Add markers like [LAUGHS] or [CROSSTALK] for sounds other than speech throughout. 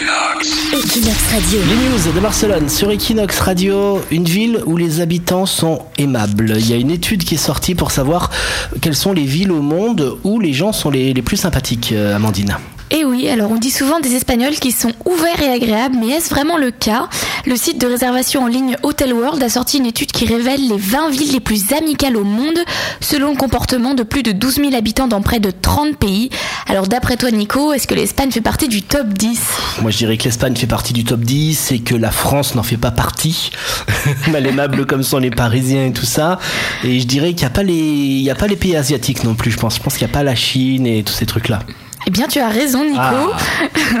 Equinox Radio. Les news de Barcelone sur Equinox Radio, une ville où les habitants sont aimables. Il y a une étude qui est sortie pour savoir quelles sont les villes au monde où les gens sont les, les plus sympathiques, euh, Amandine. Et Eh oui, alors on dit souvent des Espagnols qui sont ouverts et agréables, mais est-ce vraiment le cas Le site de réservation en ligne Hotel World a sorti une étude qui révèle les 20 villes les plus amicales au monde, selon le comportement de plus de 12 000 habitants dans près de 30 pays. Alors d'après toi Nico, est-ce que l'Espagne fait partie du top 10 Moi je dirais que l'Espagne fait partie du top 10 et que la France n'en fait pas partie. [LAUGHS] Mal aimable comme sont les Parisiens et tout ça. Et je dirais qu'il n'y a, pas les- il y a pas les pays asiatiques non plus, je pense. Je pense qu'il n'y a pas la Chine et tous ces trucs-là. Eh bien tu as raison Nico. Ah.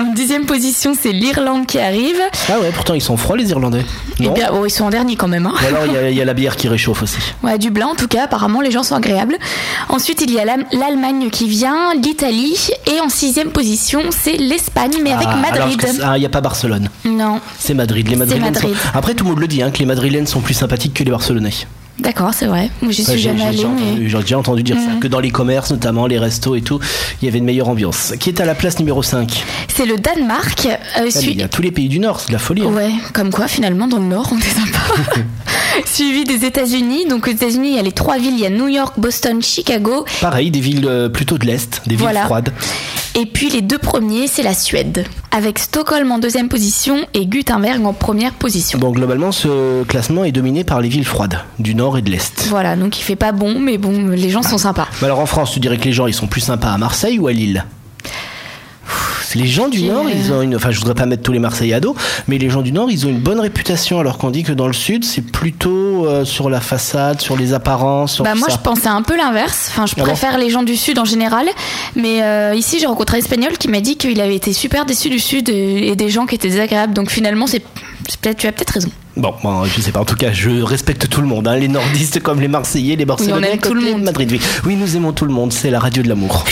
[LAUGHS] en dixième position c'est l'Irlande qui arrive. Ah ouais, pourtant ils sont froids les Irlandais. Eh Non bien bon, ils sont en dernier quand même. hein. Ou alors il y, a- il y a la bière qui réchauffe aussi. Ouais, à Dublin, en tout cas, apparemment, les gens sont agréables. Ensuite, il y a l'Am- l'Allemagne qui vient, l'Italie, et en sixième position, c'est l'Espagne, mais avec Ah, alors Madrid. que c'est- ah, il n'y a pas Barcelone. Non, C'est Madrid. Les Madrilènes sont- Madrid. Après, tout le monde le dit hein, que les Madrilènes sont plus sympathiques que les Barcelonais. d'accord, c'est vrai. Moi, j'y suis Ouais, j'ai- jamais j'ai allée, déjà mais... entendu- j'ai déjà entendu dire Mm. ça. Que dans les commerces, notamment les restos et tout, il y avait une meilleure ambiance. Qui est à la place numéro 5 C'est le Danemark. euh, sui- Il y a tous les pays du Nord, c'est de la folie. hein. Ouais, comme quoi, finalement, dans le Nord, on est [LAUGHS] sympa. Suivi des États-Unis. Donc, aux États-Unis, il y a les trois villes. Il y a New York, Boston, Chicago. Pareil, des villes euh, plutôt de l'Est, des villes Voilà. froides. Et puis, les deux premiers, c'est la Suède. Avec Stockholm en deuxième position et Gutenberg en première position. Bon, globalement, ce classement est dominé par les villes froides, du Nord et de l'Est. Voilà, donc il fait pas bon, mais bon, les gens sont sympas. Mais Bah alors en France, tu dirais que les gens, ils sont plus sympas à Marseille ou à Lille les gens du compliqué, hein. Nord, ils ont une. Enfin, je voudrais pas mettre tous les Marseillais à dos, mais les gens du Nord, ils ont une bonne réputation, alors qu'on dit que dans le Sud, c'est plutôt euh, sur la façade, sur les apparences, sur Bah tout moi ça. je pensais un peu l'inverse. Enfin je Ah bon préfère les gens du sud en général, mais euh, ici j'ai rencontré un espagnol qui m'a dit qu'il avait été super déçu du sud et, et des gens qui étaient désagréables. Donc finalement c'est c'est peut-être tu as peut-être raison. Bon, bon, je sais pas. En tout cas, je respecte tout le monde, hein, les Nordistes comme les Marseillais, les Barcelonais, aime tout le comme les monde. Madrid. Oui. oui, nous aimons tout le monde. C'est la radio de l'amour.